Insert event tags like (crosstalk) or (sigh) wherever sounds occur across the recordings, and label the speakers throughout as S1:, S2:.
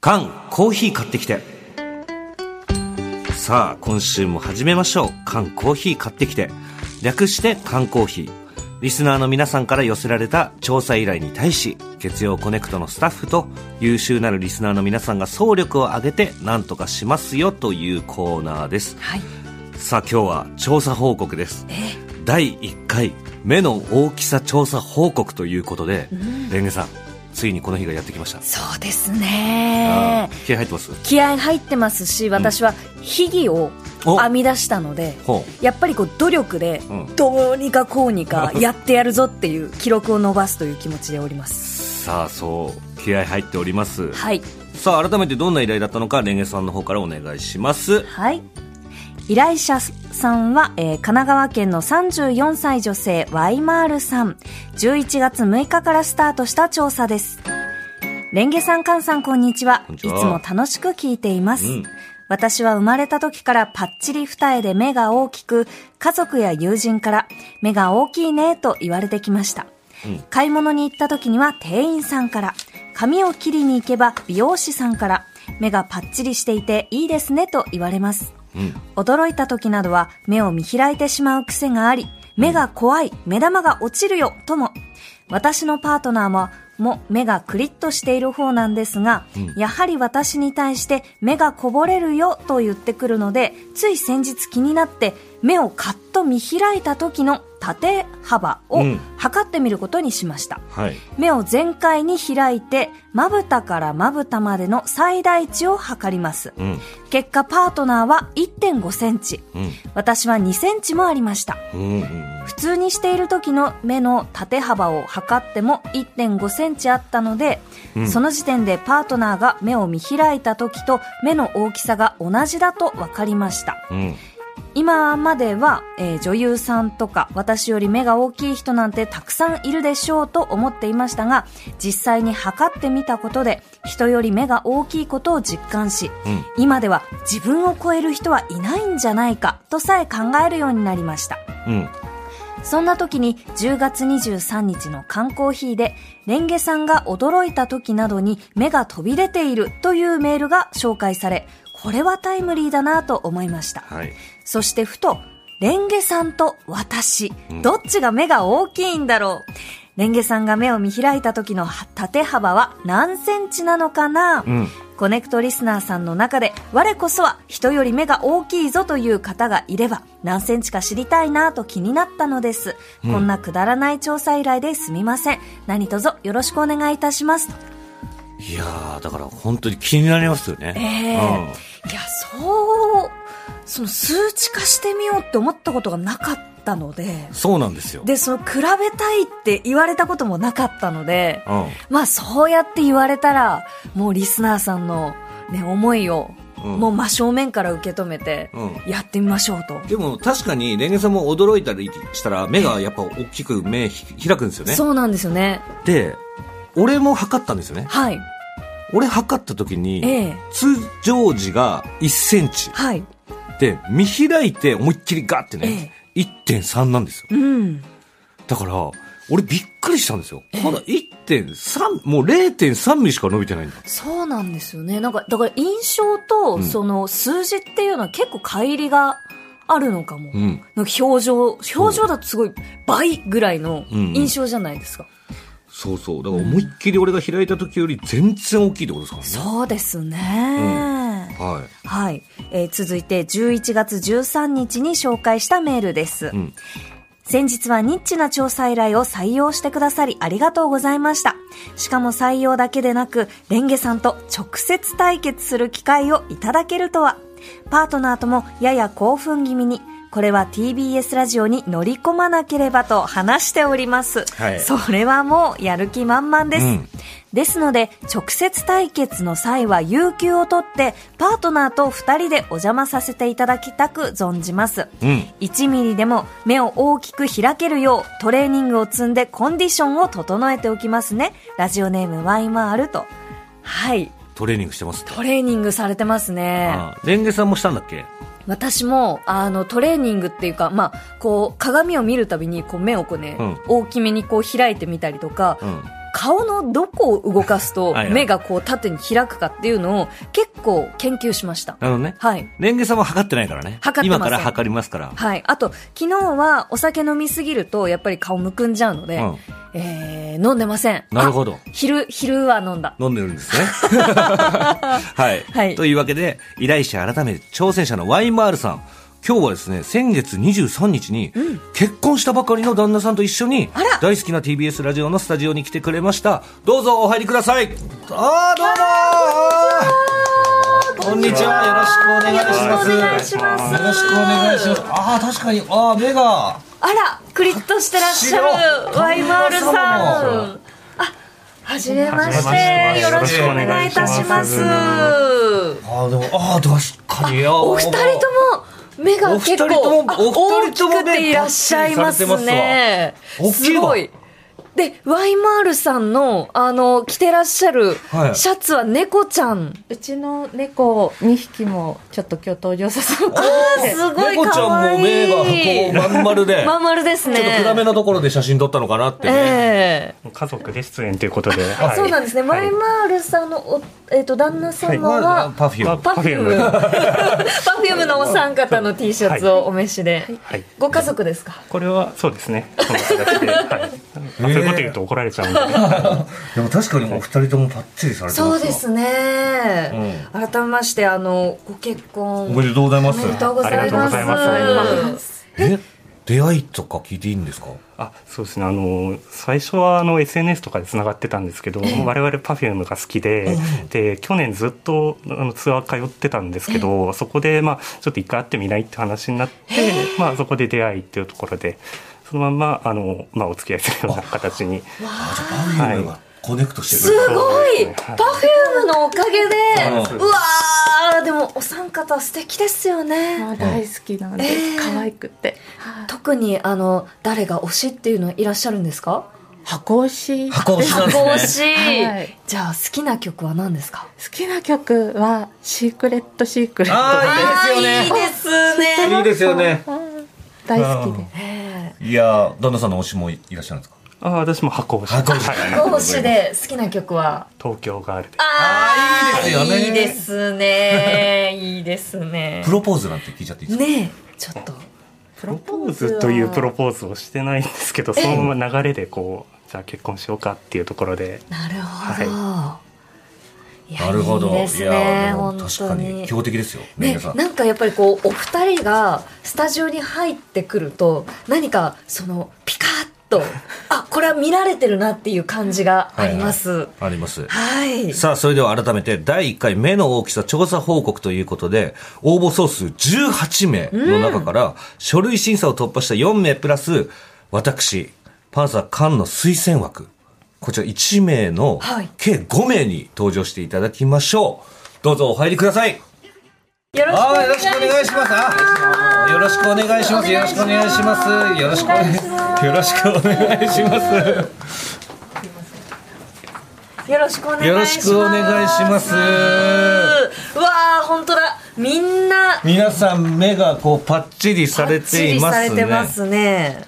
S1: 缶コーヒー買ってきてさあ今週も始めましょう缶コーヒー買ってきて略して缶コーヒーリスナーの皆さんから寄せられた調査依頼に対し月曜コネクトのスタッフと優秀なるリスナーの皆さんが総力を挙げて何とかしますよというコーナーです
S2: はい。
S1: さあ今日は調査報告です
S2: え
S1: 第1回目の大きさ調査報告ということで、レンゲさんついにこの日がやってきました
S2: そうです
S1: あ
S2: ね。
S1: ー気合入ってます
S2: 気合入ってますし、私は秘技を
S1: お
S2: 編み出したので、
S1: ほ
S2: やっぱりこう努力で
S1: うん
S2: どうにかこうにかやってやるぞっていう記録を伸ばすという気持ちでおり
S1: (laughs)
S2: ます。
S1: うさあそう気合入っております
S2: はい。
S1: さあ改めてどんな依頼だったのかレンゲさんの方からお願いします
S2: はい。依頼者さんは、えー神奈川県の34歳女性、ワイマールさん。11月6日からスタートした調査です。レンゲさん、カンさん、こんにちは。
S1: こんに
S2: い
S1: ち
S2: つ
S1: は
S2: も楽しく聞いています。
S1: うん
S2: 私は生まれた時からパッチリ二重で目が大きく、家族や友人から目が大きいねと言われてきました。
S1: うん
S2: 買い物に行った時には店員さんから、髪を切りに行けば美容師さんから、目がパッチリしていていいですねと言われます。
S1: うん
S2: 驚いた時などは目を見開いてしまう癖があり、目が怖い、目玉が落ちるよ、とも。私のパートナーも、も目がクリッとしている方なんですが、
S1: うん
S2: やはり私に対して目がこぼれるよと言ってくるので、つい先日気になって目をカッと見開いた時の縦幅
S1: う
S2: を
S1: ん
S2: 測ってみることにしました。
S1: はい
S2: 目を全開に開いて、まぶたからまぶたまでの最大値を測ります。
S1: うん
S2: 結果パートナーは1.5センチ
S1: うん
S2: 私は2センチもありました
S1: うんうん
S2: 普通にしている時の目の縦幅を測っても1.5センチあったので、
S1: うん
S2: その時点でパートナーが目を見開いた時と目の大きさが同じだと分かりました
S1: うん
S2: 今までは、えー女優さんとか私より目が大きい人なんてたくさんいるでしょうと思っていましたが実際に測ってみたことで人より目が大きいことを実感し、
S1: うん
S2: 今では自分を超える人はいないんじゃないかとさえ考えるようになりました
S1: うん
S2: そんな時に10月23日の缶コーヒーでレンゲさんが驚いた時などに目が飛び出ているというメールが紹介されこれはタイムリーだなと思いました
S1: はい
S2: そしてふと、レンゲさんと私、どっちが目が大きいんだろう。レンゲさんが目を見開いた時の縦幅は何センチなのかな、
S1: うん
S2: コネクトリスナーさんの中で、我こそは人より目が大きいぞという方がいれば、何センチか知りたいなと気になったのです。こんなくだらない調査依頼ですみません。何卒よろしくお願いいたします。
S1: いやーだから本当に気になりますよね
S2: ええ
S1: うん
S2: いや、そう、その数値化してみようって思ったことがなかったので、
S1: そうなんですよ
S2: で、その比べたいって言われたこともなかったので、
S1: うん
S2: まあそうやって言われたら、もうリスナーさんのね、思いを、
S1: うん
S2: もう真正面から受け止めて
S1: う、
S2: やってみましょうと。
S1: でも確かにレンゲさんも驚いたりしたら目がやっぱ大きく目ひ開くんですよね
S2: そうなんですよね。
S1: で俺も測ったんですよね
S2: はい。
S1: 俺測った時に、
S2: ええ
S1: 通常時が1センチ
S2: はい。
S1: で見開いて思いっきりガってね、1.3なんですよ
S2: うん。
S1: だから俺びっくりしたんですよまだ1.3もう0.3ミリしか伸びてないんだ
S2: そうなんですよね。なんか、だから印象と、
S1: ん
S2: その数字っていうのは結構乖離があるのかも。
S1: うん
S2: なんか表情、表情だとすごい倍ぐらいの
S1: うんうん
S2: 印象じゃないですか。
S1: そうそうだから思いっきり俺が開いた時より全然大きいってことですからね
S2: そうですね。
S1: はい
S2: はい、えー続いて11月13日に紹介したメールです、
S1: ん
S2: 先日はニッチな調査依頼を採用してくださりありがとうございましたしかも採用だけでなくレンゲさんと直接対決する機会をいただけるとはパートナーともやや興奮気味にこれは TBS ラジオに乗り込まなければと話しております、
S1: はい
S2: それはもうやる気満々です、
S1: うん
S2: ですので、直接対決の際は有給を取って、パートナーと二人でお邪魔させていただきたく存じます。
S1: うん
S2: 1ミリでも目を大きく開けるようトレーニングを積んでコンディションを整えておきますね。ラジオネームワイマールと。はい。
S1: トレーニングしてますって
S2: トレーニングされてますね。
S1: あレンゲさんもしたんだっけ
S2: 私も、あの、トレーニングっていうか、まあ、こう、鏡を見るたびに、こう、目をこうね、
S1: うん
S2: 大きめにこう開いてみたりとか、
S1: うん
S2: 顔のどこを動かすと
S1: はいはい
S2: 目がこう縦に開くかっていうのを結構研究しました。
S1: なるほどね。
S2: はい。
S1: レンゲさんは測ってないからね。
S2: 測ってません
S1: 今から測りますから。
S2: はい。あと、昨日はお酒飲みすぎると、やっぱり顔むくんじゃうので、
S1: うん
S2: えー、飲んでません。
S1: なるほど
S2: あ昼、昼は飲んだ。
S1: 飲んでる
S2: (laughs)
S1: んですね。はい、
S2: はい
S1: というわけで、依頼者改め挑戦者のワイマールさん。今日はですね、先月23日に、結婚したばかりの旦那さんと一緒に
S2: あら、
S1: 大好きな TBS ラジオのスタジオに来てくれました。どうぞお入りください。あー、どうもこんにちは。よろしくお願い
S2: よろし
S1: します。
S2: くお願いします
S1: よろしくお願いします。あー、確かに、あー、目が。
S2: あら、クリッとしてらっしゃ
S1: 白
S2: る、ワイマールさん。
S1: こん
S2: あ、はじめまして。よ
S3: は
S2: ろし
S3: じ
S2: く
S3: め
S2: お
S3: まして
S2: 願いいたします。
S3: よろしくお
S1: あー、でも、あー、確かに。あー
S2: お二人とも、目が結構
S1: お二人とも
S2: あ
S1: お
S2: 大
S1: 二人と
S2: き
S1: もね
S2: くていらっしゃいますね。
S1: パッチリされてますわ大きいわ
S2: すごい。で、ワイマールさんの、あの、着てらっしゃる
S1: はい
S2: シャツは猫ちゃん。
S4: うちの猫2匹もちょっと今日登場させようと思
S2: あ
S4: っ
S2: ー
S4: て
S2: すごい
S1: 猫ちゃん
S2: 可
S1: も目が
S2: 愛い。
S1: こうまん丸で
S2: まん丸ですね。
S1: ちょっと暗めなところで写真撮ったのかなってね、
S2: ええ
S3: 家族で出演ということで、
S2: あそうなんですね。ワイマールさんのお、えっと、旦那様
S1: まあ
S2: は、
S1: パフューム
S2: パフューム。パフュームのお三方の T シャツをお召しで。
S3: はい
S2: ご家族ですか
S3: これはそうですね。この形
S2: (laughs)
S3: で、はい、そういうこと言うと怒られちゃうんで、
S1: でも確かにお二人ともパッチリされ
S2: そうですね、改めましてあのご結婚
S1: おめでとうございます
S2: おめでとうございます
S3: ありがとうございます
S1: え出会いとか聞いていいんですか
S3: あ、そうですね。あの最初はあの SNS とかで繋がってたんですけど、我々パフュームが好きで、で去年ずっとあのツアー通ってたんですけど、そこでまあちょっと一回会ってみないって話になって、まあそこで出会いっていうところで、そのまんまあのまあお付き合いするような形に。
S1: あじゃあパフュームがコネクトして
S2: す
S1: くれた、
S2: ごい
S3: はい
S2: パフュームのおかげで
S1: うん
S2: うわーでもお三方素敵ですよね
S4: (laughs) あ大好きなんで
S2: ええ
S4: す可愛くて
S2: 特にあの誰が推しっていうのはいらっしゃるんですか
S4: 箱推し好
S1: 箱推しなん
S4: (laughs)
S1: ですね
S2: 推し、
S4: はい
S2: じゃあ好きな曲は何ですか
S4: きな曲は「シークレットシークレット
S1: あーいいですよね
S2: いいですね (laughs)
S1: いいですよね」
S4: 大好きで
S2: え
S1: いやー旦那さんの推しもいらっしゃるんですか
S3: あ、私も箱推し。
S1: 箱推し
S3: はい
S2: ー推しで好きな曲は
S3: 東京ガールで。
S2: あ
S1: あーいいですよね
S2: いいですね。いいですね
S1: プ。ロポーズなんて聞いちゃっていいですか、
S2: ねえ、ちょっと。
S3: プロポーズというプロポーズをしてないんですけどそのまま流れでこうじゃあ結婚しようかっていうところで
S2: なるほど。いや
S1: なるほど
S2: いいです
S1: ー
S2: ね、
S1: でも
S2: 本
S1: 確
S2: 当
S1: かに
S2: に。
S1: 強敵ですよレン
S2: ね
S1: ゲさ、ん、
S2: なんかやっぱりこうお二人がスタジオに入ってくると何かそのピカッ
S1: (laughs)
S2: とあこれは見られてるなっていう感じがあります
S1: あります
S2: はい
S1: さあ、それでは改めて、第1回目の大きさ調査報告ということで、応募総数18名の中から、書類審査を突破した4名プラス、私、パンサー菅の推薦枠、こちら1名の
S2: はい、
S1: 計5名に登場していただきましょう。どうぞお入りください。
S2: よろしくお
S1: あー
S2: 願
S1: よろしくお願いします。あよろしくお願いします。よろしくお願いします。よろしくお願いよろしくお願いします。
S2: いよろしくお願いします
S1: よろしくお願いします
S2: うわあ本当だみんな
S1: 皆さん目がこうパッチリされていま
S2: ばっちりさ
S1: す
S2: れて
S1: ね。
S2: ますね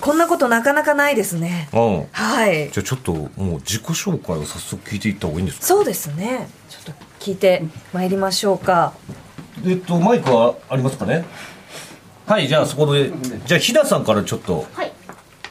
S2: こんなことなかなかないですね
S1: うん。
S2: はい
S1: じゃあちょっともう自己紹介を早速聞いていった方がいいんですか
S2: そうですねちょっと聞いてまいりましょうか
S1: えっとマイクはありますかねはいじゃあそこでじゃあ飛騨さんからちょっと
S5: はい。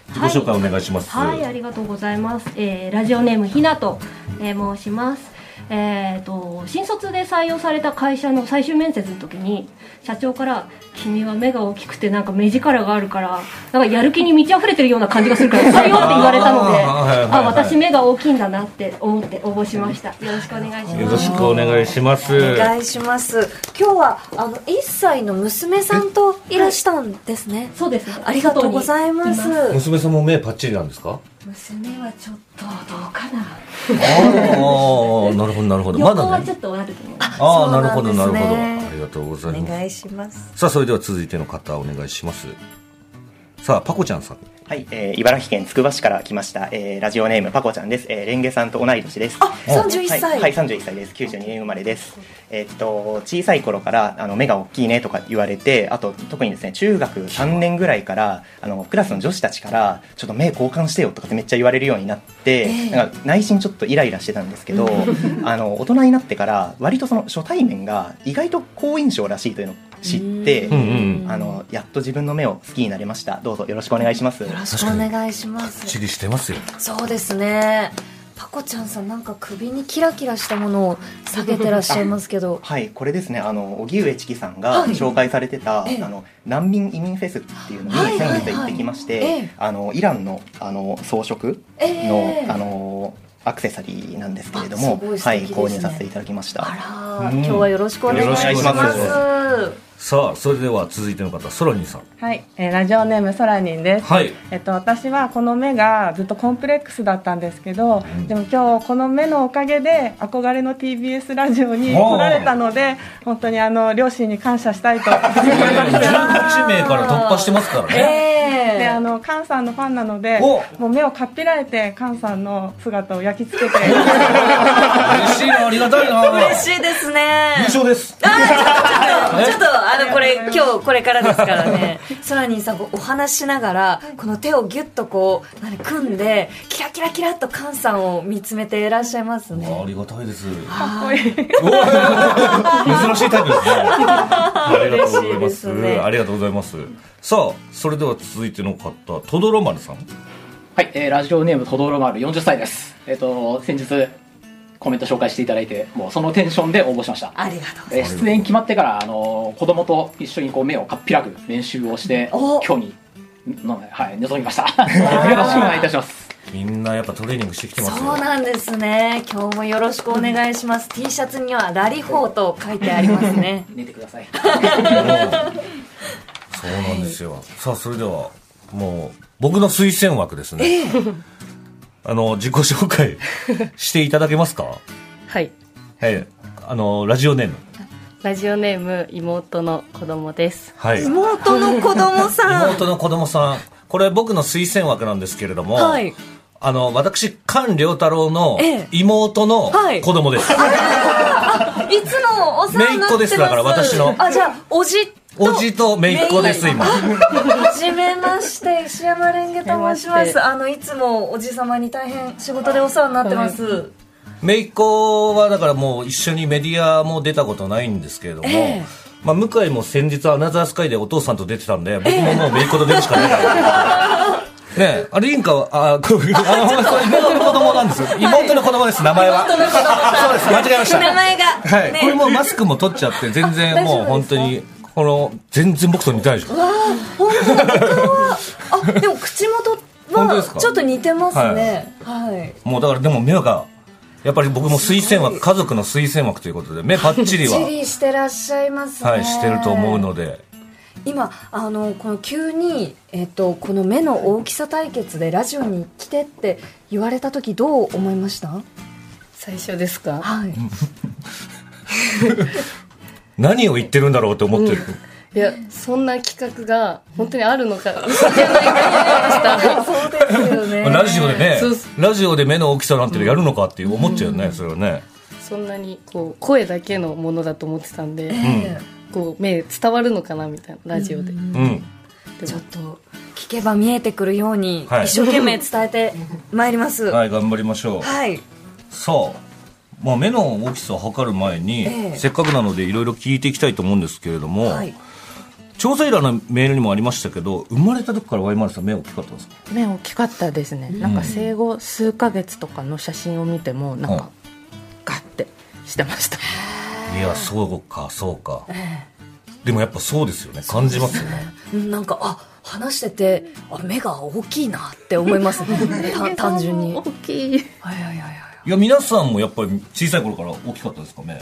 S1: 自己紹介お願いします
S5: はい、ありがとうございます。えーラジオネームひなと、えー申します。えーと新卒で採用された会社の最終面接の時に社長から「君は目が大きくてなんか目力があるからなんかやる気に満ち溢れてるような感じがす
S1: (laughs)
S5: るから採用」って言われたので
S1: あーはいはいはい
S5: あ私目が大きいんだなって思って応募しましたよろしくお願いします
S1: よろしくお願いします
S2: お願いします今日はあの1歳の娘さんといらしたんですね
S5: そうですね
S2: ありがとうございます
S5: 外に
S1: 娘さんも目パッチリなんですか
S5: 娘はちょっとどうかな
S1: ああなるほどなるほどま
S5: 横
S1: だ
S5: はち
S1: ね
S5: ょっとあると思います
S1: ああなる
S2: そ
S1: ほ
S2: うな
S1: ど
S2: んですね
S1: なるほどありがとうござ
S2: お
S1: います
S2: 願いします
S1: さあそれでは続いての方お願いしますさあパコちゃんさん
S6: はい、えー茨城県つくば市から来ました、えーラジオネームパコちゃんです、えーレンゲさんと同い年です
S2: あ31歳
S6: はい、はい、31歳です92年生まれですえーっと小さい頃からあの目が大きいねとか言われてあと特にですね中学3年ぐらいからあのクラスの女子たちからちょっと目交換してよとかってめっちゃ言われるようになって、
S2: ええ
S6: なんか内心ちょっとイライラしてたんですけ (laughs) どあの大人になってから割とその初対面が意外と好印象らしいというのを知って、
S1: うんうん
S6: あのやっと自分の目を好きになれましたどうぞよろしくお願いします
S2: よろしくお願いします
S1: チリしてますよ
S2: そうですねパコちゃんさんなんか首にキラキラしたものを下げてらっしゃいますけど
S6: はいこれですねあの荻上チキさんが
S2: はい
S6: 紹介されてた、
S2: ええ
S6: あの難民移民フェスっていうのに
S2: はい
S6: 先
S2: はいはい
S6: 月行ってきまして、
S2: ええ
S6: あのイランのあの装飾の、
S2: ええ
S6: あのアクセサリーなんですけれど
S2: あ
S6: も、
S2: すごい素
S6: は
S2: 敵
S6: い
S2: ですね
S6: 購入させていただきました
S2: あら、
S1: うん
S2: 今日はよろしくお願いし
S6: よろしくお
S2: ま
S6: 願い
S2: す
S6: し
S1: さあそれでは続いての方ソラニンさん
S7: はい、えーラジオネームソラニンです。
S1: はい
S7: えっと、私はこの目がずっとコンプレックスだったんですけど、でも今日この目のおかげで憧れの TBS ラジオに来られたので本当にあの両親に感謝したいと
S1: 18名から突破してますから
S2: え
S1: ね
S2: え
S7: であのカンさんのファンなので
S1: お
S7: もう目をかっぴらえてカンさんの姿を焼き付けて
S1: 嬉しいなありがたいな優
S2: 嬉しいですね
S1: 勝です
S2: あちょっとあのこれ今日これからですからねソラニンさんこうお話ししながらこの手をギュッとこう何組んでキラキラキラっと菅さんを見つめていらっしゃいますね
S1: ありがたいです
S7: かっこいい
S1: おー珍しいタイプで
S2: (laughs)
S1: すね。ありがとうござい
S2: 嬉
S1: ま。
S2: しいですすね
S1: ありがとうございます。さあ、それでは続いての方、とどろ丸さん。
S8: はい、えーラジオネームとどろ丸40歳です。えっ、と、先日コメント紹介していただいて、もうそのテンションで応募しました。
S2: ありがとうござい
S8: えー出演決まってから、あのー子供と一緒にこう目をかっぴらく練習をして、
S2: お
S8: 今日に、のはい、臨みました。よろしくお願いいたします。
S1: みんなやっぱトレーニングしてきてま
S2: ます
S1: す
S2: そう
S1: よ。
S2: なんですね今日もよろしくお願いします T シャツにはラリホーと書いてありますね
S8: 寝てください。
S1: そうなんですよ。さあ、それでは、もう、僕の推薦枠ですね。あの、自己紹介していただけますか
S4: はい。
S1: はい。あの、ラジオネーム。
S4: ラジオネーム妹の子供です。
S1: はい。
S2: 妹の子供さん
S1: 妹の子供さん。これ僕の推薦枠なんですけれども、
S2: はい
S1: あの、私、菅良太郎の
S2: ええ
S1: 妹の
S2: はい
S1: 子供です。
S2: (laughs) いつもお世話になってます
S1: 姪っ子ですだから私の
S2: あじゃあおじ
S1: おじとめいっ子です、今。
S2: はじめまして石山レンゲと申しますあのいつもおじ様に大変仕事でお世話になってます
S1: めいっ子はだからもう一緒にメディアも出たことないんですけれども、
S2: ええ
S1: まあ、向井も先日アナザースカイでお父さんと出てたんで、僕ももうめいっ子と出るしかない
S2: (laughs)
S1: から。ねえ、あれ、リンカは、あ、こう、あの、そう妹の子供なんですよ。妹の子供です、名前は。
S2: 妹の子供さん
S1: (laughs) そうです、間違えました。
S2: 名前が
S1: はい、
S2: ね
S1: これもうマスクも取っちゃって全然もう本当にこの全然僕と似てないでしょ
S2: わあ本当に顔はあでも口元
S1: 本当です
S2: は
S1: か
S2: ちょっと似てますねはい
S1: もうだからでも目がやっぱり僕も推薦枠家族の推薦枠ということで目パッチリは
S2: チリしてらっしゃいますね
S1: はいしてると思うので
S2: 今あのこの急に、えっと、この目の大きさ対決でラジオに来てって言われた時どう思いました
S4: 最初ですか
S2: はい
S1: 何を言ってるんだろうと思ってる、
S4: いや、そんな企画が本当にあるのか、嘘じゃないかと
S2: (laughs)
S4: 思いまし
S2: そうですよね
S1: ラジオでね
S4: そうそ
S1: ラジオで目の大きさなんてのやるのかって思っちゃうよね、それはね
S4: た。そんなにこう声だけのものだと思ってたんで、こう目伝わるのかなみたいな、ラジオで。でも
S1: うん
S2: ちょっと聞けば見えてくるように
S1: はい
S2: 一生懸命伝えてまいりますはい、
S1: はい頑張りましょうさあ、まあ、目の大きさを測る前に、
S2: ええ
S1: せっかくなのでいろいろ聞いていきたいと思うんですけれども、
S2: はい
S1: 調査依頼のメールにもありましたけど生まれた時からワイマルさん目大きかったんですか
S9: 目大きかったですね、なんか生後数ヶ月とかの写真を見てもなんか、ガッてしてました
S1: いやそうかそうか、でもやっぱそうですよね感じますよね
S2: うんなんかあ話しててあ目が大きいなって思います
S4: (laughs)
S2: ねた単純に
S4: 大きい。
S2: はいはいはい
S1: いや皆さんもやっぱり小さい頃から大きかったですか目
S6: はい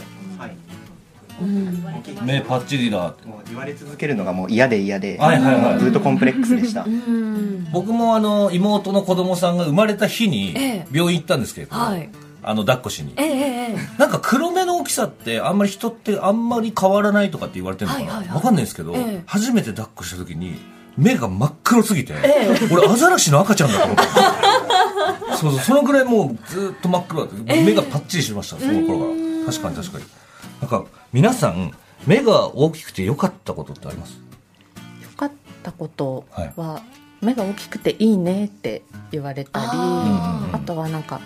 S1: 目パッチリだって
S6: もう言われ続けるのがもう嫌で嫌で、
S1: はいはいはい
S6: ずっとコンプレックスでした
S2: うん
S1: 僕もあの妹の子供さんが生まれた日に
S2: ええ
S1: 病院行ったんですけれども、
S2: はい
S1: あの抱っこしに
S2: ええええ
S1: なんか黒目の大きさってあんまり人ってあんまり変わらないとかって言われてるのかな、
S2: はいはいはい
S1: わかんないですけど、
S2: ええ
S1: 初めて抱っこした時に目が真っ黒すぎて、
S2: ええ
S1: 俺アザラシの赤ちゃんだと思っ
S2: (laughs)
S1: たそうそうそのぐらいもうずっと真っ黒だった
S2: ええ
S1: 目がパッチリしました、その頃から確かに確かになんか皆さん目が大きくて良かったことってあります
S4: 良かったことは目が大きくていいねって言われたりあとはなんか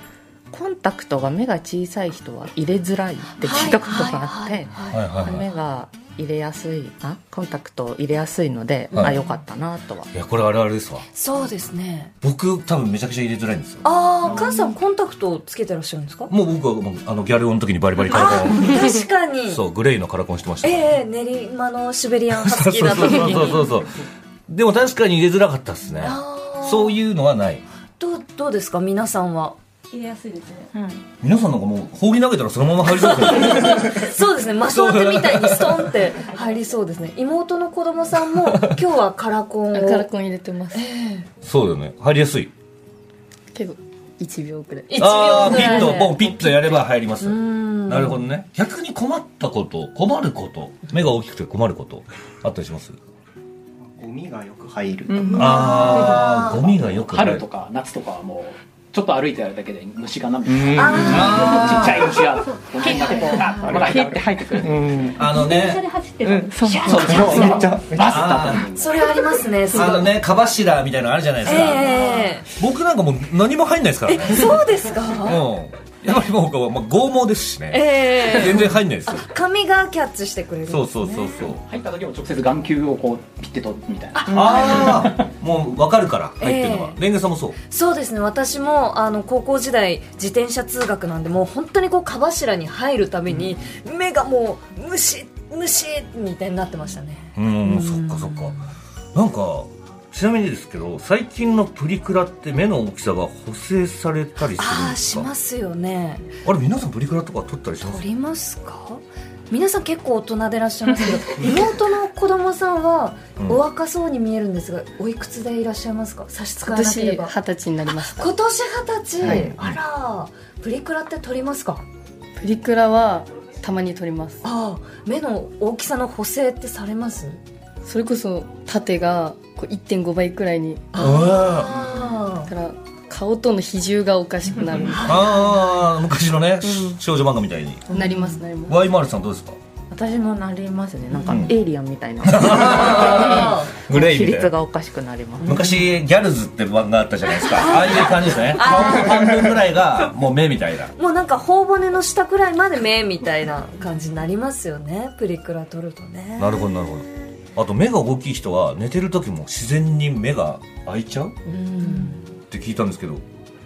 S4: コンタクトが目が小さい人は入れづらいって聞いたことがあって
S1: はいはいはい
S4: 目が入れやすいなコンタクトを入れやすいので、
S1: はい
S4: あ良かったなとはい
S1: やこれあれあれですわ
S2: そうですね
S1: 僕多分めちゃくちゃ入れづらいんですよ
S2: ああ菅さんコンタクトをつけてらっしゃるんですか
S1: もう僕はもうあのギャル男の時にバリバリカラコン
S2: 確かに
S1: そうグレーのカラコンしてました
S2: ええ練馬のシベリアンハ
S1: そ
S2: ス
S1: う
S2: キー
S1: そう
S2: だ
S1: そ
S2: と
S1: うそうそうそうでも確かに入れづらかったですねそういうのはない
S2: どうどうですか皆さんは
S10: 入れやすいですね、
S1: 皆さんなんかもう放り投げたらそのまま入りそうですね
S2: そうですねマスワテみたいにストンって入りそうですね妹の子供さん
S1: (laughs)
S2: も今日はカラコンをカラ
S11: コン入れてます、
S1: そうだよね入りやすい
S11: けど1秒くらい
S1: ああーピッとポンピッとやれば入ります
S2: ん
S1: なるほどね逆に困ったこと困ること目が大きくて困ることあったりします
S6: ゴミがよく入る
S1: ああゴミがよく入る
S8: 春とか夏とかはもうちょっと歩いてやるだけで虫が何匹
S1: うん
S8: かちっ
S1: あー
S8: ちゃい虫がこの辺があほら入って入ってくる
S1: あの
S8: 電
S1: ね
S8: 車
S10: で走って
S8: る
S10: そう
S8: そう
S1: そうそう
S8: めっちゃバスだった
S1: あ
S2: それありますねす
S1: ー
S2: ごい
S1: あのねかばしらみたいなのあるじゃないですか、
S2: え
S1: 僕なんかもう何も入んないですから
S2: え
S1: ね
S2: えそうですか
S1: (laughs) うんやっぱり僕は、まあ、剛毛ですしね、
S2: ええ
S1: 全然入んないですよ
S2: 髪がキャッチしてくれる
S1: (laughs) そうそうそうそう
S8: 入った時も直接眼球をこうピッて取るみたいな
S1: ああもう分かるから入ってるのは、
S2: え
S1: レンゲさんもそう
S2: そうですね私もあの高校時代自転車通学なんでもう本当にこう蚊柱に入るたびに目がもう虫虫みたいになってましたね
S1: うん、そっかそっかなんかちなみにですけど最近のプリクラって目の大きさが補正されたりするん
S2: あ
S1: で
S2: あ
S1: す
S2: し
S1: か
S2: ますよね
S1: あれ皆さんプリクラとか撮ったりします
S2: 取りますか皆さん結構大人でいらっしゃいますけど妹の子供さんは
S11: うん
S2: お若そうに見えるんですがおいくつでいらっしゃいますか差し支え
S11: 今
S2: なけ
S11: 年
S2: れば
S11: 二十歳になりました
S2: 今年二十歳、
S11: はい
S2: あらプリクラって撮りますか
S11: プリクラはたまに撮ります
S2: ああ目の大きさの補正ってされます
S11: それこそ縦がこう1.5倍くらいに
S1: あ
S11: だから顔との比重がおかしくなる
S1: あー昔のね、少女漫画みたいに
S11: なりますなります
S1: Y マルさんどうですか
S4: 私もなりますねなんか
S1: うん
S4: エイリアンみたいな、
S1: (laughs) グレーみ
S4: 比
S1: たいな
S4: 率がおかしくなります、
S1: 昔ギャルズって漫画あったじゃないですかああいう感じですね顔の半分ぐらいがもう目みたいな
S2: もうなんか頬骨の下くらいまで目みたいな感じになりますよねプリクラ撮るとね
S1: なるほどなるほどあと目が大きい人は寝てる時も自然に目が開いちゃうって聞いたんですけど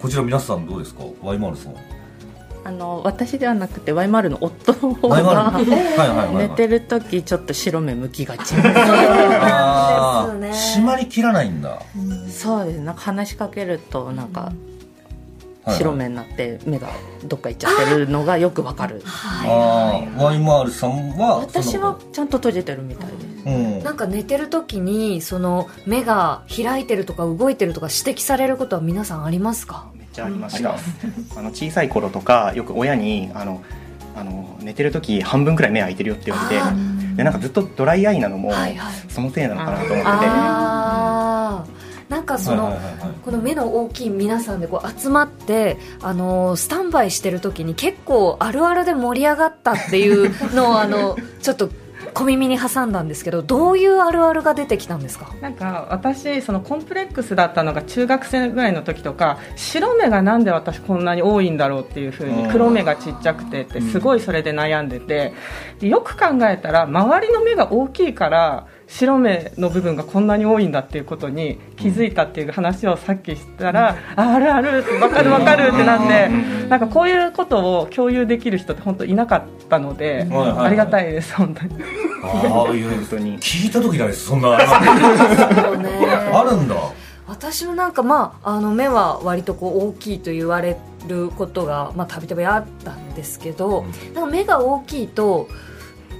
S1: こちら皆さんどうですか Y マルさん
S4: あの私ではなくてワイマルの夫の方
S1: ワイマ
S4: が
S1: ルのはいはいはいは
S4: (laughs) 寝
S1: い
S4: てる時ちょっと白目向きがち
S1: あー締まりきらないんだ
S4: そうですねなんか話しかけるとなんか
S1: はい
S4: 白目になって目がどっか行っちゃってるのがよくわかる
S1: ああワイマールさんは
S4: 私はちゃんと閉じてるみたいです
S1: そのうん
S2: なんか寝てる時にその目が開いてるとか動いてるとか指摘されることは皆さんありますかめっ
S6: ちゃありましたあの小さい頃とかよく親にあのあの寝てる時半分くらい目開いてるよって言われてでなんかずっとドライアイなのも、そのせいなのかなと思ってて。
S2: あーなんかその、
S6: はいはいはいはい
S2: この目の大きい皆さんでこう集まって、あのースタンバイしてる時に結構あるあるで盛り上がったっていうのをあのちょっと小耳に挟んだんですけどどういうあるあるが出てきたんですか
S7: なんか私そのコンプレックスだったのが中学生ぐらいの時とか白目がなんで私こんなに多いんだろうっていう風
S2: う
S7: に
S2: ん
S7: 黒目がちっちゃくてってすごいそれで悩んでてでよく考えたら周りの目が大きいから白目の部分がこんなに多いんだっていうことに気づいたっていう話をさっきしたら、ああるあるわかるわかるってなって、なんかこういうことを共有できる人って本当いなかった (laughs) ので、
S1: はいはいはい
S7: ありがたいです本当に。
S1: ああいう聞いた時ないですそ
S4: (laughs)
S1: んな (laughs) あるんだ
S2: 私もなんかまああの目は割とこう大きいと言われることがまあたびたびあったんですけど、なんか目が大きいと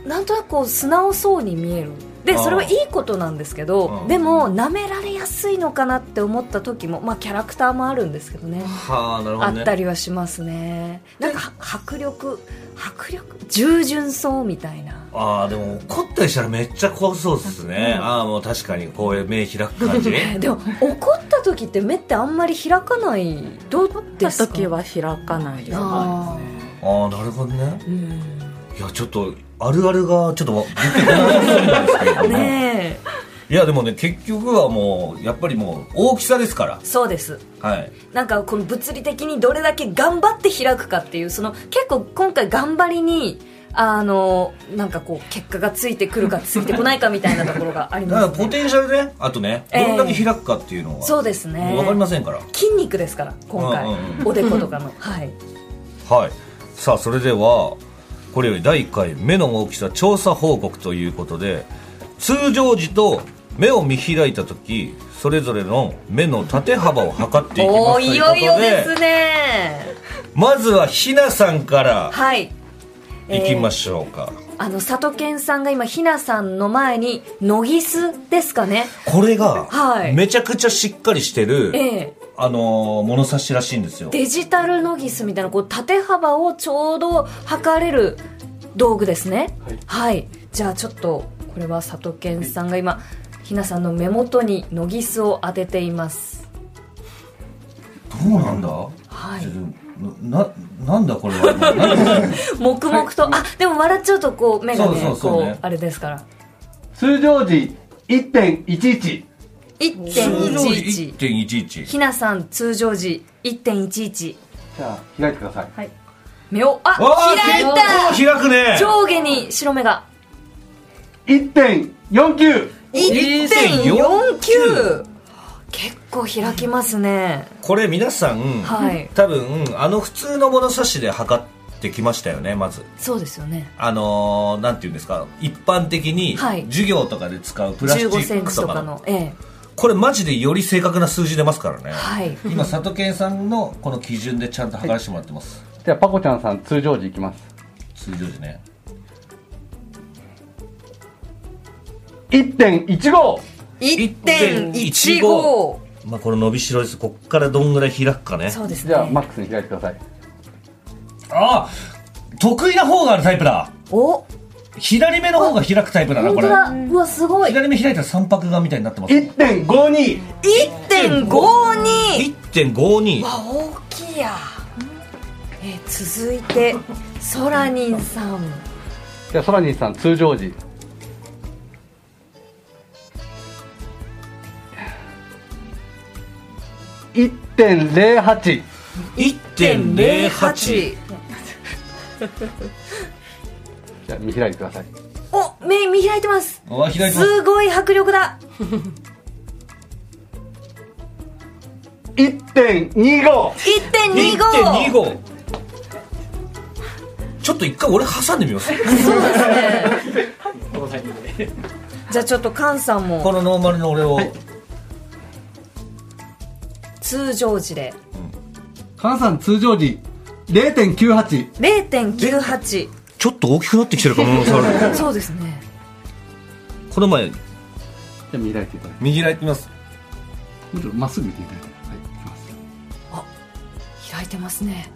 S2: なんとなくこう素直そうに見える
S4: あ
S2: で
S4: ー
S2: それはいいことなんですけど、
S4: うん
S2: でも舐められやすいのかなって思った時も、まあ、キャラクターもあるんですけどね
S1: はあなるほ
S2: あ
S1: ど、ね、
S2: ったりはしますねなんかは迫力迫力従順そうみたいな
S1: ああでも怒ったりしたらめっちゃ怖そうですね、ああもう確かにこういう目開く
S2: (laughs)
S1: 感じ
S2: でも怒った時って目ってあんまり開かないどうですか時は
S7: 開かないです
S2: あ
S1: ああなるほどね、いやちょっとあるあるがちょっとわびっくりしたんですけれど
S2: ー
S1: も、
S2: (laughs) ねえ
S1: いやでもね結局はもうやっぱりもう大きさですから
S2: そうです
S1: はい
S2: なんかこの物理的にどれだけ頑張って開くかっていうその結構今回頑張りにあのなんかこう結果がついてくるかついてこないかみたいなところがあり
S1: だ
S2: ま
S1: からポテンシャルねあとねどんだけ開くかっていうのは、
S2: すそうですね
S1: もう分かりませんから
S2: 筋肉ですから今回、
S1: うんうんうん
S2: おでことかのはい
S1: はいさあそれではこれより第1回目の大きさ調査報告ということで通常時と目を見開いた時それぞれの目の縦幅を測っていきます
S2: お
S1: と
S2: ー
S1: い
S2: いう
S1: こ
S2: よ
S1: とで
S2: いよですね
S1: まずはひなさんから
S2: はい
S1: いきましょうか、
S2: あの佐藤健さんが今ひなさんの前にノギスですかね
S1: これが
S2: はい
S1: めちゃくちゃしっかりしてる、
S2: ええ
S1: あのー物差しらしいんですよ
S2: デジタルノギスみたいなこう縦幅をちょうど測れる道具ですねはい、じゃあちょっとこれは佐藤健さんが今、ひなさんの目元にノギスを当てています
S1: どうなんだ、
S2: はい
S1: ちょっとなななんだこれ
S2: (laughs)
S1: は今何
S2: 黙々と、あでも笑っちゃうとこう目がね
S1: そうそうそうね
S2: こうあれですから
S12: 通常時1.11
S2: 1.11
S1: 1.11
S2: ひなさん通常時1.11
S12: じゃあ開いてください、
S2: はい目をあ
S12: わー
S2: 開い
S12: 結
S2: た
S12: 構開くね
S2: 上下に白目が
S12: 1.49
S2: 1.49結構開きますね
S1: これ皆さん、
S2: はい
S1: 多分あの普通の物差しで測ってきましたよねまず
S2: そうですよね
S1: あのー、なんていうんですか一般的に
S2: はい
S1: 授業とかで使うプラスチ
S2: 15セ
S1: ッ
S2: ン
S1: ク
S2: チ
S1: と
S2: と
S1: か
S2: か
S1: の
S2: のええ
S1: これマジでより正確な数字出ますからね、
S2: はい
S1: 今佐藤健さんのこの基準でちゃんと測らせてもらってます、
S12: じゃあパコちゃんさん通常時いきます
S1: 通常時ね
S12: 1.15
S2: 1.15
S1: まあこの伸びしろですこっからどんぐらい開くかね
S2: そうです
S12: じゃあマックスに開いてください
S1: あ得意な方があるタイプだ
S2: お
S1: 左目の方が開くタイプだな
S2: 本
S1: こ
S2: 当
S1: れ
S2: だうわすごい
S1: 左目開いたら三白眼みたいになってます
S12: 1.52
S2: 1.52
S1: 1.52
S2: わ大きいやえ続いてソラニンさん
S12: じゃあソラニンさん通常時1.08
S1: 1.08
S12: じゃあ見開いてください
S2: お目見開いてます
S1: わ開いてます
S2: すごい迫力だ
S12: 1.25
S1: 1.25ちょっと一回俺挟んでみ (laughs) ます (laughs)
S2: じゃあちょっとカンさんも
S1: このノーマルの俺を、
S2: 通常時で
S12: 菅さん通常時0.98
S2: 0.98
S1: ちょっと大きくなってきてるか (laughs) も
S2: そうですね
S1: この前じゃ
S12: あ右開いていただい
S1: て右開いてみます
S12: もうちょっとまっすぐ見ていただいて
S2: 開いてますね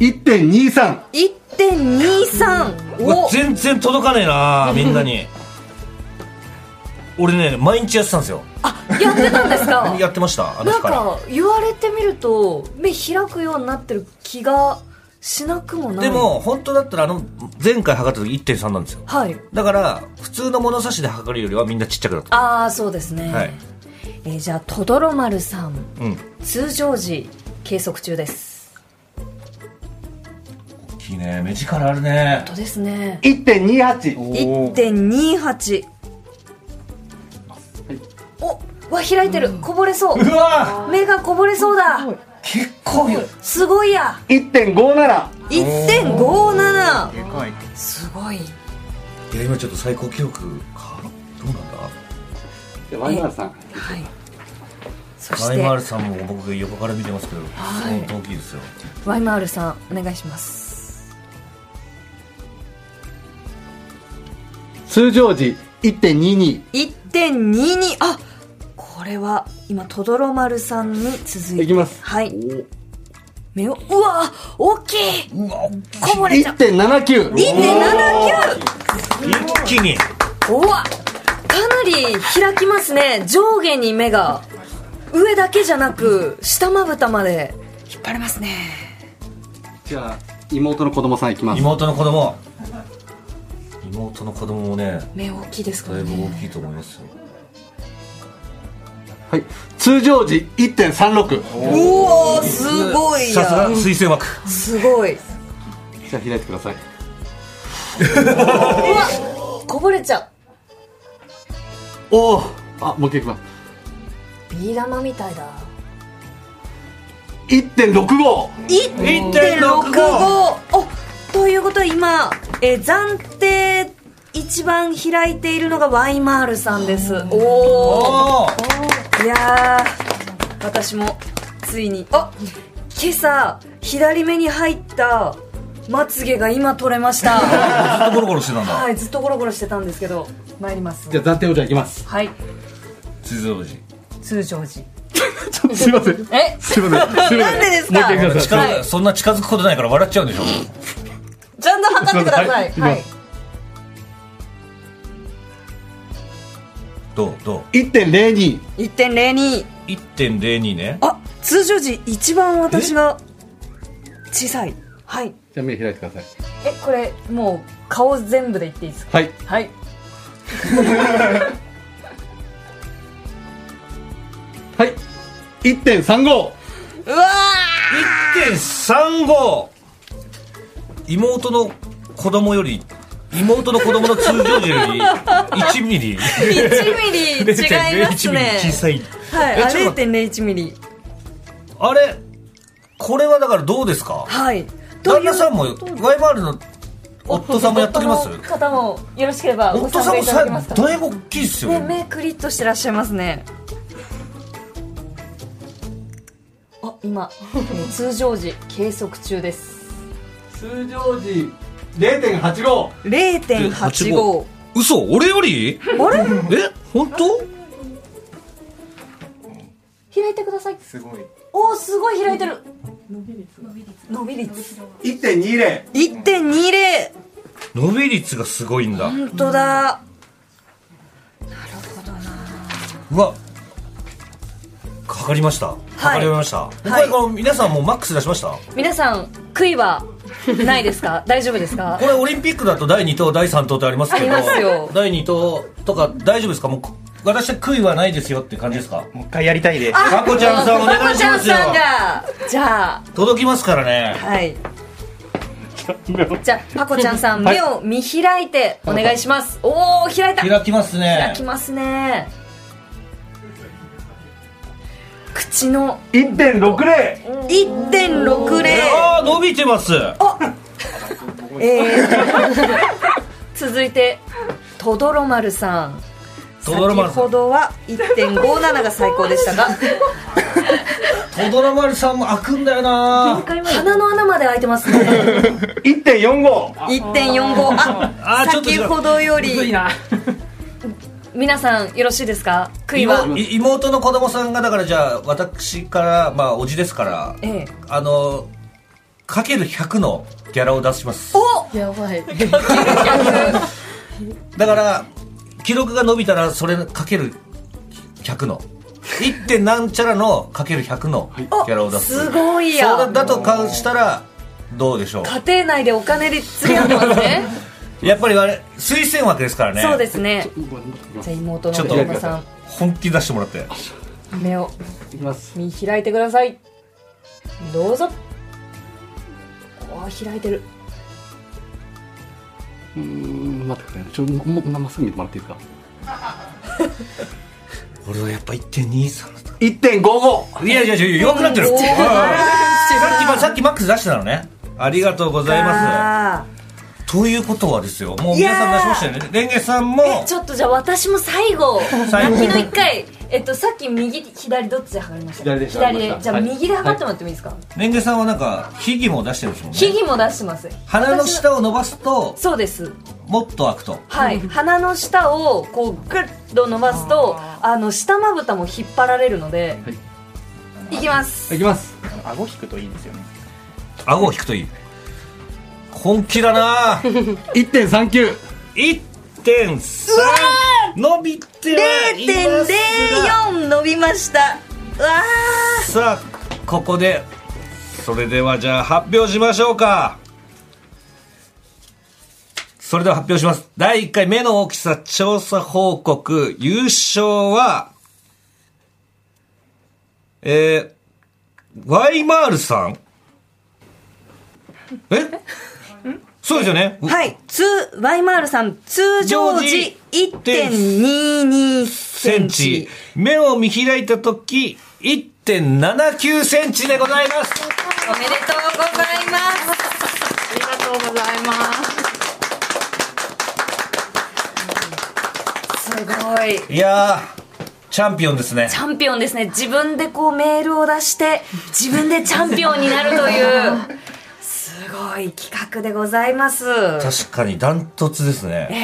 S12: 1.23
S2: 1.23
S1: うわ
S2: お
S1: 全然届かねえなみんなに俺ね毎日やってたんですよ
S2: やってたんです
S1: (laughs)
S2: か
S1: やってましたあ
S2: な
S1: の日
S2: ん
S1: から
S2: か言われてみると目開くようになってる気がしなくもない
S1: でも本当だったらあの前回測った時1.3なんですよ
S2: はい
S1: だから普通の物差しで測るよりはみんなちっちゃくなった
S2: ああそうですね、
S1: はい
S2: えーじゃあとどろ丸さん
S1: うん
S2: 通常時計測中です
S1: 大きいね目力あるね
S2: 本当ですね
S12: 1.28
S2: 1.28おわ開いてる、こぼれそう
S12: うわ
S2: 目がこぼれそうだ
S1: 結構
S2: すごいや
S12: 1.57
S2: 1.57
S1: でかい
S2: すごい
S1: いや今ちょっと最高記録かどうなんだ
S12: じゃあワイマールさん
S2: はいそし
S1: マイ
S2: て
S1: マールさんも僕横から見てますけど
S2: はい
S1: 相当大きいですよ
S2: ワイマールさんお願いします
S12: 通常時1.22
S2: 1.22あこれは今とどろ丸さんに続いて
S12: いきます
S2: はい目をうわ大きいうわこぼれちゃう
S12: 1.79
S2: 1.79
S1: 一気に
S2: うわかなり開きますね上下に目が上だけじゃなく下まぶたまで引っ張れますね
S12: じゃあ妹の子供さんいきます
S1: 妹の子供妹の子供もね
S2: 目大きいですか
S1: だ
S2: ら
S1: い
S2: ね
S1: ぶ大きいと思いますよ
S12: はい通常時
S2: う
S12: 1.36
S2: わすごいや
S1: 薦枠
S2: すごいう
S12: じゃあ開いてください
S2: わこぼれちゃう
S12: おおあもう一回いきます
S2: ビー玉みたいだ
S12: 1.65
S2: 1.65おということは今、えー暫定一番開いているのがワイマールさんですおおいやー私もついにあ今朝左目に入ったまつげが今取れました
S12: (laughs)
S1: ずっとゴロゴロしてたんだ
S2: はいずっとゴロゴロしてたんですけど参ります
S12: じゃあ暫定王者いきます
S2: はい
S1: 通常時
S2: 通常
S12: (laughs)
S2: 時
S12: すいません
S2: え
S12: すいませんすいません
S2: (laughs) なんでですか
S12: もう一回くだ
S1: 近
S12: さい
S1: づそんな近づくことないから笑っちゃうんでしょ
S2: ちゃんと測ってください
S12: すいませんはい
S1: どうどう
S12: 1.02
S2: 1.02
S1: 1.02ね
S2: あ通常時一番私が小さいはい
S12: じゃあ目開いてください
S2: えこれもう顔全部で言っていいですか
S12: はい
S2: はい
S12: はい1.35
S2: うわ
S1: 1.35妹の子供より妹の子供の通常時より1ミリ
S2: 1ミリ違いますね
S12: (laughs)
S1: 0.01ミリ小さい
S2: はい
S1: え
S2: あ
S1: ちょっと
S2: 0.01ミリ
S1: あれこれはだからどうですか
S2: はい
S1: 旦那さんもワイマールの夫さんもやっときます
S2: この方もよろしければご
S1: 夫
S2: 参加
S1: さんも
S2: いただ
S1: さ
S2: けますか
S1: だいぶ大きいっすよ
S2: ね目クリッとしてらっしゃいますねあ今通常時計測中です
S12: 通常時0.85
S2: 0.85
S1: 嘘俺より
S2: あれ
S1: え本当
S2: 開いてくださいすごいおーすごい開いてる伸び率
S12: 1.20
S2: 1.20
S1: 伸び率がすごいんだ
S2: 本当だ
S1: うわ測りました測りました、
S2: はい
S1: これこの皆さんもうマックス出しました
S2: 皆さん悔いはないですか大丈夫ですか
S1: これオリンピックだと第2等第3等ってありますけど
S2: ありますよ
S1: 第2等とか大丈夫ですかもうこ私は悔いはないですよって感じですかもう一回やりたいです
S2: (laughs) あ
S1: まこちゃんさんお願いしますよ
S2: まこちゃんさんがじゃあ
S1: 届きますからね
S2: はいじゃあパコちゃんさん、
S1: はい
S2: 目を見開いてお願いしますおお開いた
S1: 開きますね
S2: 開きますね口の
S12: 1.60
S2: 1.60
S1: ああ伸びてます
S2: えー、 (laughs) 続いてとどろ丸さん
S1: とどろ丸さん
S2: 先ほどは1.57が最高でしたが
S1: とどろ丸さんも開くんだよな
S2: 鼻の穴まで開いてます
S1: (laughs)
S2: ね
S12: 1.45
S2: 1.45あ
S1: ちょっと違
S2: 先
S1: う
S2: ほどより皆さんよろしいですか悔いは
S1: 妹い妹の子供さんがだからじゃあ私からまあおじですから
S2: ええ
S1: あのかける100のギャラを出します
S2: お
S13: やばい
S1: だから記録が伸びたらそれかける100の 1. 点なんちゃらのかける100のギャラを出す
S2: すごいや
S1: そうだだとかしたらどうでしょ
S2: 家庭内でお金で釣り合ってますね
S1: うやっぱりあれ推薦枠ですから (laughs) ね
S2: そうですねじゃあ妹
S1: ちょ
S2: の
S1: っと
S2: 旦那さ
S1: 本気出してもらって
S2: ん目を見開いてくださいどうぞおー開いてる
S12: うーん待ってくださいちょもうまっすぐ見てもらっていいですか
S1: 俺はやっぱ1.23だっ
S12: 1.55
S1: たいやいやいや弱くなってる
S2: お
S1: さ
S2: ー
S1: っきまさっきマックス出してたのねありがとうございま
S2: あ
S1: すということはですよもう皆さん出しましたよねレンゲさんも
S2: ーちょっとじゃあ私も最後
S1: 最
S2: さ
S1: 後
S2: っきの一回えっとさっき右左どっちで測りました
S1: 左で
S2: 左でじゃあ
S1: はい
S2: 右で測ってもらってもいいですか
S1: レンゲさんはなんか秘技も出してるんですもんね
S2: 秘技も出してます
S1: 鼻の下を伸ばすと
S2: そうです
S1: もっと開くと
S2: はい、鼻の下をこうグッと伸ばすとあの下まぶたも引っ張られるので、い、きます
S1: いきます
S6: 顎引くといいですよね
S1: 顎を引くといい本気だな1.39 1.3伸びてはいますが
S2: 0.04伸びましたうわ
S1: さあここでそれではじゃあ発表しましょうかそれでは発表します第1回目の大きさ調査報告優勝はえー、ワイマールさんえそうですよね
S2: ーはいつワイマールさん通常時1.22
S1: センチ。目を見開いたとき、1.79センチでございます。
S2: おめでとうございます
S4: ありがとうございます
S2: すごい
S1: いやー、チャンピオンですね
S2: チ。ャンピオンですね自分でこうメールを出して自分でチャンピオンになるというすごい企画でございます
S1: 確かにダントツですね。
S2: え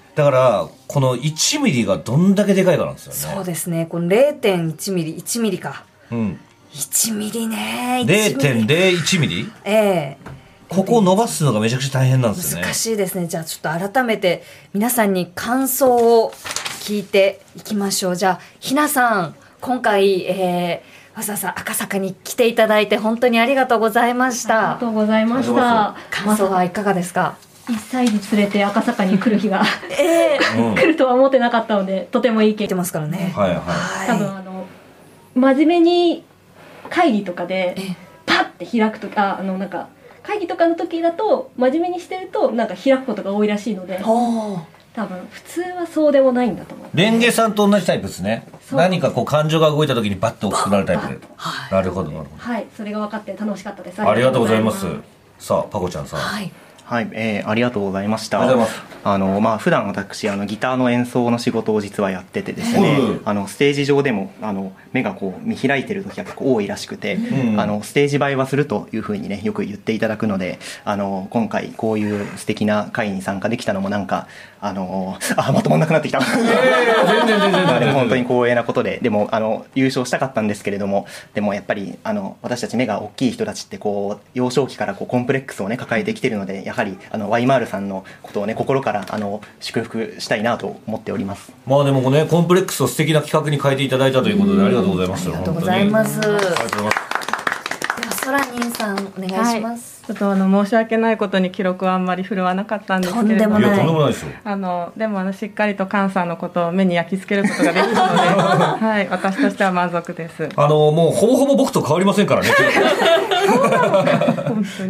S2: え
S1: だから、この1ミリがどんだけでかいかなんですよね。
S2: そうですねこの0.1ミリ1ミリか
S1: うん。
S2: 1ミリね1ミリ
S1: 0.01ミリ
S2: ええ
S1: ここを伸ばすのがめちゃくちゃ大変なんですよね。
S2: 難しいですねじゃあちょっと改めて皆さんに感想を聞いていきましょうじゃあひなさん今回、えーわざわざ赤坂に来ていただいて本当にありがとうございましたありがと
S5: うございました
S2: 感想はいかがですか
S5: 1歳児連れて赤坂に来る日が
S2: え
S1: うん
S5: 来るとは思ってなかったのでとてもいい経験
S2: ますからね
S1: はいは
S5: 多分あの真面目に会議とかでパッて開くとかあのなんか会議とかの時だと真面目にしてるとなんか開くことが多いらしいので
S2: 多
S5: 分普通はそうでもないんだと思う
S1: い。レンゲさんと同じタイプですね。
S5: そう
S1: 何かこう感情が動いた時にバッと大きくなるタイプで。なるほど、なるほど。
S5: はいそれが分かって楽しかったです
S1: ありがとうございます。さあ、パコちゃんさん。
S2: はい。
S6: はい、えーありがとうございました。
S1: ありがとうござ
S6: あの、まあ、普段私、あの、ギターの演奏の仕事を実はやっててですね
S1: うん。
S6: あの、ステージ上でも、あの、目がこう、見開いてる時が結構多いらしくて。
S1: うん
S6: あの、ステージ映えはするというふうにね、よく言っていただくので。あの、今回、こういう素敵な会に参加できたのも、なんか、あの、あ、まともなくなってきた。
S1: 全然全然
S6: まあでも本当に光栄なことででもあの優勝したかったんですけれどもでもやっぱりあの私たち目が大きい人たちってこう幼少期からこうコンプレックスをね抱えてきてるのでやはりあのワイマールさんのことをね心からあの祝福したいなと思っております
S1: (laughs) まあでもね、コンプレックスを素敵な企画に変えていただいたということで、ありがとうございます。ありがとう
S2: ございますでは
S1: ありがとうございます。
S2: そらにんさんお願いします、
S7: ちょっとあの申し訳ないことに記録はあんまり振るわなかったんですけれども
S1: いや、とんでもないですよ。
S7: あのでもあのしっかりと菅さんのことを目に焼き付けることができたので、はい、私としては満足です。
S1: あの、もうほぼほぼ僕と変わりませんからね。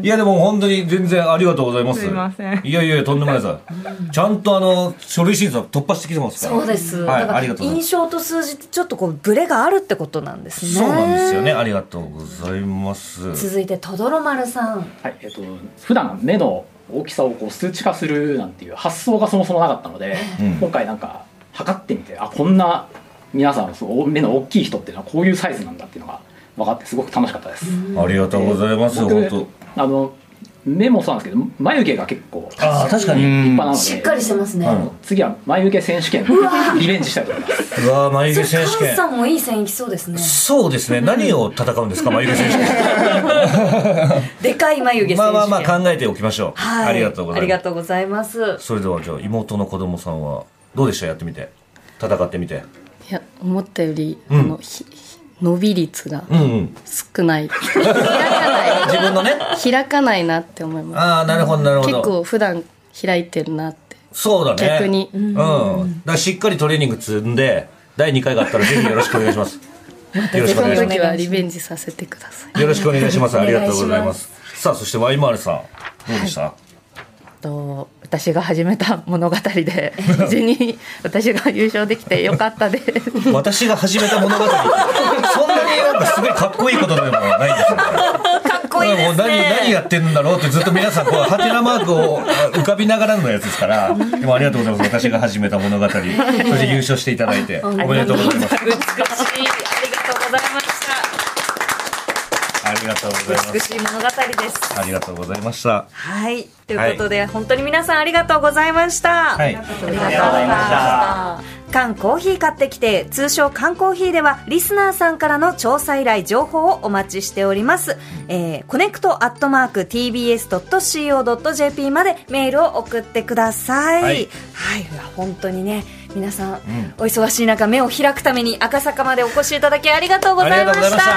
S1: いや、でも本当に全然ありがとうございます。
S7: すいません
S1: いやいや、とんでもないです。ちゃんとあの、書類審査突破してきてますから。
S2: そうです、
S1: はい、
S2: だから
S1: ありがとうございます。
S2: 印象と数字ってちょっとこうブレがあるってことなんですね
S1: そうなんですよね。ありがとうございます。
S2: 続いてとどろ丸さん
S8: はいえっと普段目の大きさをこう数値化するなんていう発想がそもそもなかったので、
S1: うん
S8: 今回なんか測ってみてあこんな皆さんのそう目の大きい人っていうのはこういうサイズなんだっていうのが分かってすごく楽しかったです
S1: ありがとうございます。
S8: 僕
S1: 本
S8: あの目もそうなんですけど眉毛が結構
S1: あー確かに
S8: 立派なので
S2: しっかりしてますね、
S8: あの次は眉毛選手権
S2: うわ
S8: リベンジしたいと思います
S1: 当。うわー、眉毛選手
S2: 菅
S1: 権。
S2: さんもいい線いきそうですね
S1: そうですね。何を戦うんですか、眉毛選手権。
S2: でかい眉毛選手権
S1: まあまあまあ考えておきましょう。
S2: はい
S1: ありがとうござ
S2: あ
S1: い
S2: り
S1: ま
S2: がとうございます
S1: す。それではじゃあ妹の子供さんはどうでしたやってみて。戦ってみて。
S13: いや思ったより、
S1: うん
S13: あのひひ伸び率が
S1: うんうん。
S13: 少ない、開かない
S1: 自分のね
S13: 開かないなって思います
S1: ああ、なるほど、なるほど。
S13: 結構普段開いてるなって
S1: そうだね。
S13: 逆に
S1: うん。だからしっかりトレーニング積んで、第2回があったらぜひよろしくお願いします。よろしくお願い
S13: その
S1: しま
S13: 時はリベンジさせてください
S1: す。よろしくお願いします。ありがとうござい
S13: お願
S1: ま
S13: い
S1: す。さあ、そしてワイマールさん、どうでした、
S4: と私が始めた物語で
S13: (laughs)
S4: 無事に私が優勝できてよかったです
S1: 私が始めた物語、そんなになんかすごいかっこいいことでもないんですよ。
S2: かっこいいですね
S1: もう何、何やってんだろうってずっと皆さん、こう、ハテナマークをあ浮かびながらのやつですから、でもありがとうございます。私が始めた物語、そして優勝していただいて、おめでとうございます。
S2: 美しいありがとうございました
S1: ありりがとうございま
S2: 美
S1: す。
S2: しい物語です。
S1: ありがとうございました。
S2: はい。ということで、本当に皆さんありがとうございました。
S1: はい
S2: ありがと。
S1: うございましたありがとうございました
S2: 缶コーヒー買ってきて、通称缶コーヒーでは、リスナーさんからの調査依頼、情報をお待ちしております。えー、コネクトアットマーク tbs.co.jp までメールを送ってください。
S14: は
S2: はいい。うわ本当にね、皆さん、
S14: ん
S2: お忙しい中、目を開くために赤坂までお越しいただきありがとうございま
S14: ありがとうございま
S2: した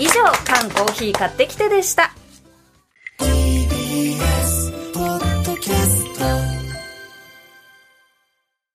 S2: 以上缶コーヒー買ってきてでした